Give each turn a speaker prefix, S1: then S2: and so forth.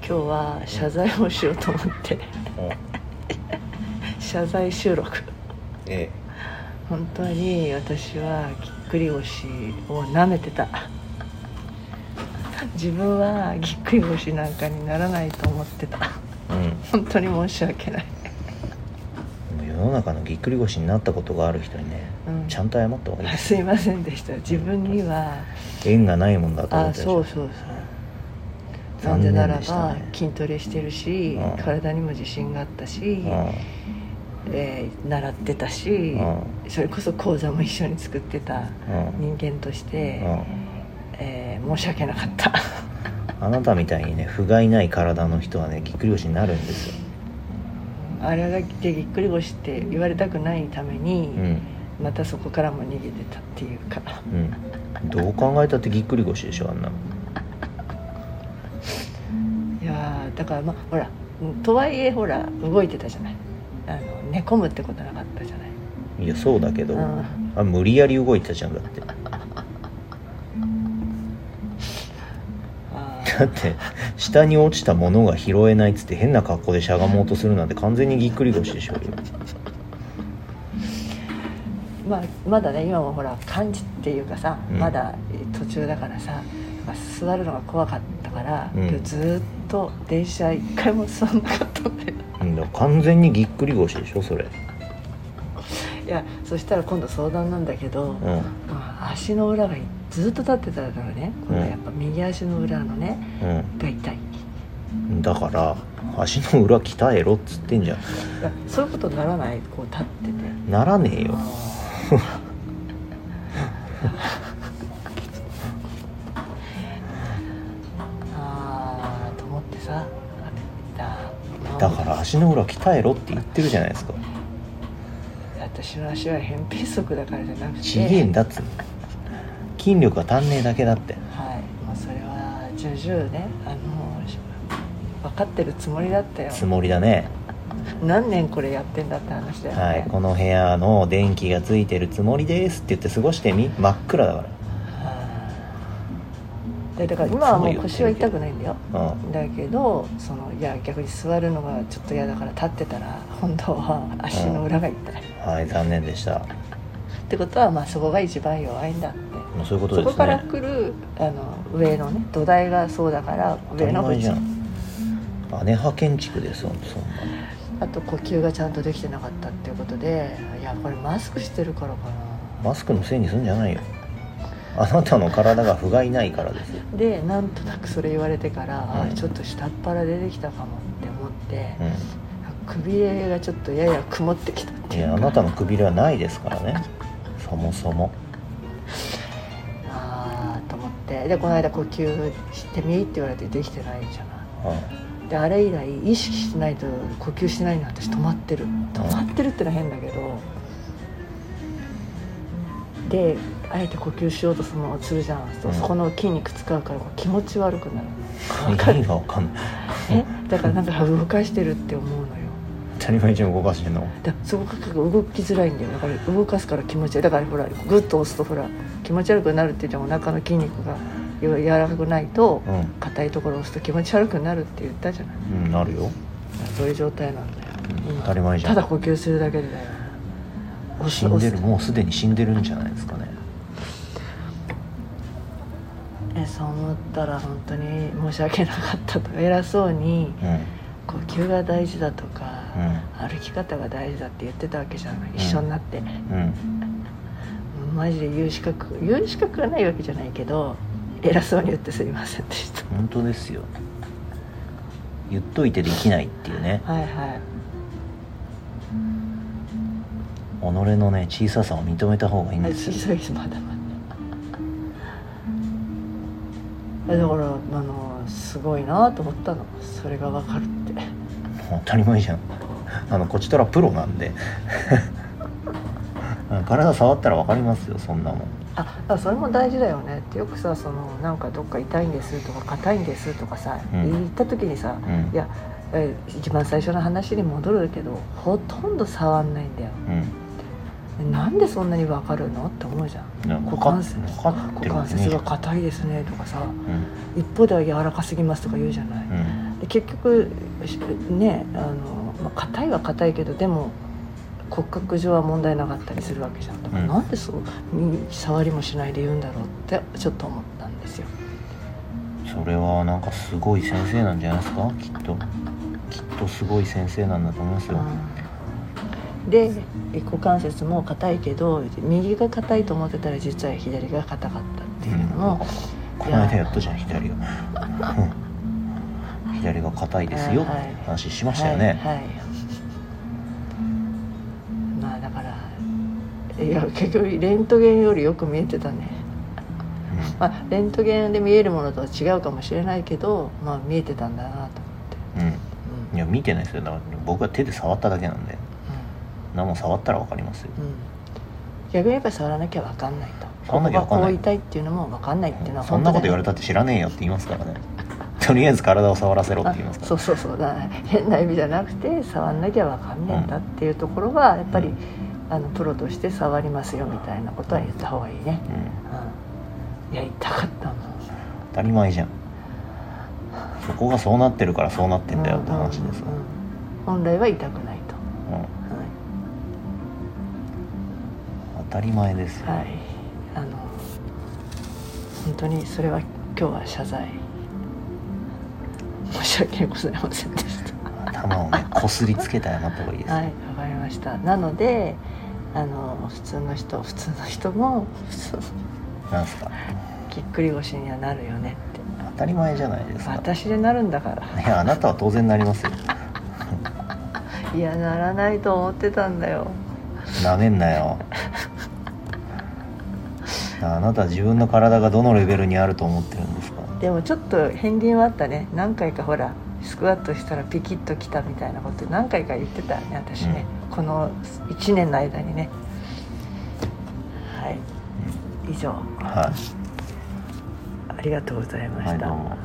S1: 今日は謝罪をしようと思って
S2: うん
S1: 謝罪収録
S2: え
S1: 本当に私はぎっくり腰を舐めてた自分はぎっくり腰なんかにならないと思ってた
S2: えうん
S1: 本当に申し訳ない、
S2: でも世の中のぎっくり腰になったことがある人にね、
S1: うん
S2: ちゃんと謝った方がいいです
S1: すいませんでした自分には
S2: 縁がないもんだと思っ
S1: あ
S2: て
S1: そう
S2: う
S1: そうそうな
S2: 残
S1: んで
S2: 念
S1: なら
S2: でした
S1: ば
S2: ね
S1: 筋トレしてるし、
S2: うん
S1: 体にも自信があったし、えー習ってたし、
S2: う
S1: それこそ講座も一緒に作ってた
S2: うん
S1: 人間として、
S2: うん、
S1: えー申し訳なかった
S2: あなたみたいにね不甲斐ない体の人はねぎっくり腰になるんですよ、
S1: あれが来てぎっくり腰って言われたくないために、
S2: うん
S1: またそこからも逃げてたっていうか
S2: うん、どう考えたってぎっくり腰でしょあんなの
S1: いやーだからまあほらうんとはいえほら動いてたじゃないあの寝込むってことなかったじゃない
S2: いやそうだけど、
S1: うん
S2: あ無理やり動いてたじゃんだってだ
S1: あ
S2: って下に落ちたものが拾えないっつって変な格好でしゃがもうとするなんて完全にぎっくり腰でしょうよ
S1: ーまあまだね今もほら感じっていうかさ、
S2: うん
S1: まだえー途中だからさなんか座るのが怖かったから、
S2: うん
S1: 今日ずーっと電車一回も座んなかったんだよ
S2: うんだから完全にぎっくり腰でしょそれ
S1: いやそしたら今度相談なんだけど、
S2: うん
S1: まあ足の裏がずっと立ってたからね今度はやっぱ右足の裏のねが痛い
S2: うんだから足の裏鍛えろっつってんじゃん
S1: いやそういうことにならないこう立ってて
S2: ならねえよ
S1: ああと思ってさあだ
S2: だから足の裏鍛えろって言ってるじゃないですか
S1: 私の足は扁平足だからじゃなくて
S2: ちげえんだっつうの筋力が足んねえだけだって
S1: はいもうそれは重々ねあの分かってるつもりだったよ
S2: つもりだね
S1: 何年これやってんだって話だよね、
S2: はい、この部屋の電気がついてるつもりですって言って過ごしてみ真っ暗だか
S1: でだから今はもう腰は痛くないんだよ
S2: らうん
S1: だけどそのいや逆に座るのがちょっと嫌だから立ってたら今度は足の裏が痛い、っ
S2: はい残念でした
S1: てことはまあそこが一番弱いんだって
S2: もうそういうこと
S1: そ
S2: ですね
S1: こから来るあの上のね土台がそうだから
S2: 当た
S1: 上
S2: り
S1: の
S2: 前じゃん姉派建築ですよそん
S1: あ
S2: な
S1: と呼吸がちゃんとできてなかったっていうことでいやこれマスクしてるからかな
S2: マスクのせいにすんじゃないよあなたの体が不甲斐ないからですよ
S1: でなんとなくそれ言われてから、
S2: うん
S1: あちょっと下っ腹出てきたかもって思って、
S2: う
S1: くびれがちょっとやや曇ってきたってい
S2: んいう
S1: か
S2: やあなたのくびれはないですからねそもそも
S1: ああと思ってでこの間呼吸してみって言われてできてないじゃな
S2: う
S1: いであれ以来意識しないと呼吸しないの私止まってる止まってるってのは変だけどであえて呼吸しようとするのをするじゃん、そう
S2: うん
S1: そこの筋肉使うからこう気持ち悪くなる
S2: ん意味がわかんない
S1: えだからなんか動かしてるって思うのよ
S2: 当たり前じゃん動かしてんの
S1: だそこが動きづらいんだよだから動かすから気持ち悪いだからほらグッと押すとほら気持ち悪くなるって言ってもお腹の筋肉がよ柔らかくないと
S2: うん
S1: 硬いところを押すと気持ち悪くなるって言ったじゃない
S2: うんなるよ
S1: そういう状態なんだよ
S2: 当たり前じゃ
S1: た
S2: ん
S1: だ呼吸するだけでだよ押す
S2: 死んでる
S1: 押す
S2: もうすでに死んでるんじゃないですかね
S1: えそう思ったら本当に申し訳なかったとか偉そうに
S2: う
S1: 呼吸が大事だとか、
S2: う
S1: 歩き方が大事だって言ってたわけじゃない一緒になって、
S2: んうん
S1: マジで有資格有資格がないわけじゃないけど偉そうに言ってすいませんでした
S2: 本当ですよ言っといてできないっていうね
S1: はいはい
S2: 己のね小ささを認めた方がいいん
S1: あ
S2: です
S1: 急
S2: よ
S1: ぎまだまだだからあのすごいなと思ったのそれが分かるって
S2: 当たり前じゃんあのこちとらプロなんで 体触ったら分かりますよそんなもん
S1: ああそれも大事だよねってよくさそのなんかどっか痛いんですとか硬いんですとかさ、
S2: うん
S1: 言った時にさ、
S2: うん
S1: いやえ一番最初の話に戻るけどほとんど触んないんだよ
S2: うん
S1: なんでそんなに分かるのって思うじゃ
S2: いや
S1: ん股関節
S2: 分かっ
S1: 股
S2: てるわ
S1: 関
S2: け
S1: 節
S2: ねえじ
S1: が
S2: ゃん
S1: 硬いですねとかさ
S2: うん
S1: 一方では柔らかすぎますとか言うじゃない、
S2: うん
S1: で結局しねあの、まあ、硬いは硬いけどでも骨格上は問題なかったりするわけじゃんだから
S2: うん
S1: なんでそうに触りもしないで言うんだろうってちょっと思ったんですよ
S2: それはなんかすごい先生なんじゃないですかきっときっとすごい先生なんだと思いますよ
S1: でえ股関節も硬いけど右が硬いと思ってたら実は左が硬かったっていうのも、
S2: この間やったじゃん左を、うん左が硬いですよって話しましたよね、
S1: はい、はい、まあだからいや結局レントゲンよりよく見えてたね、まあ、レントゲンで見えるものとは違うかもしれないけど、まあ、見えてたんだなと思って、
S2: うん、うん
S1: うん
S2: いや見てないですよだから僕は手で触っただけなんで何も触ったら分かりますよ
S1: うんうん逆にやっぱり触らなきゃ分かんないと
S2: 触んなきゃ分か
S1: ここが
S2: んない
S1: こう痛いっていうのも分かんないっていうのは
S2: そんなこと言われ
S1: て
S2: たって知らねえよって言いますからねとりあえず体を触らせろって言いますか
S1: そ
S2: ら
S1: うそうそうだから変な意味じゃなくて触んなきゃ分かんねえんだっていうところはやっぱり、
S2: うん
S1: あのプロとして触りますよみたいなことは言った方がいいね、う
S2: うん
S1: ん、いや痛かったもん
S2: 当たり前じゃんそこがそうなってるからそうなってんだよって話ですよ
S1: うんうんうん本来は痛くないと
S2: うん
S1: はい
S2: 当たり前ですよ、
S1: はい、あの本当にそれは今日は謝罪申し訳ございませんでし
S2: 頭をねこすりつけて謝った方がいいです
S1: た。
S2: よ、
S1: はい、わかりました。なので、あの普通の人、普通の人も普通の
S2: なんすか
S1: ぎっくり腰にはなるよねっ
S2: 当たり前じゃないで
S1: て。
S2: すか
S1: 私でなるんだから。
S2: いやあなたは当然なりますよ
S1: いやならないと思ってたんだよ。
S2: なめんなよあなたは自分の体がどのレベルにあると思ってるんですか
S1: でもちょっと片鱗はあったね。何回かほらスクワットしたらピキッときたみたいなこと何回か言ってたよね私ね、この1年の間にねはい以上
S2: は
S1: ありがとうござい
S2: い、
S1: ま
S2: はい、
S1: した、
S2: どうも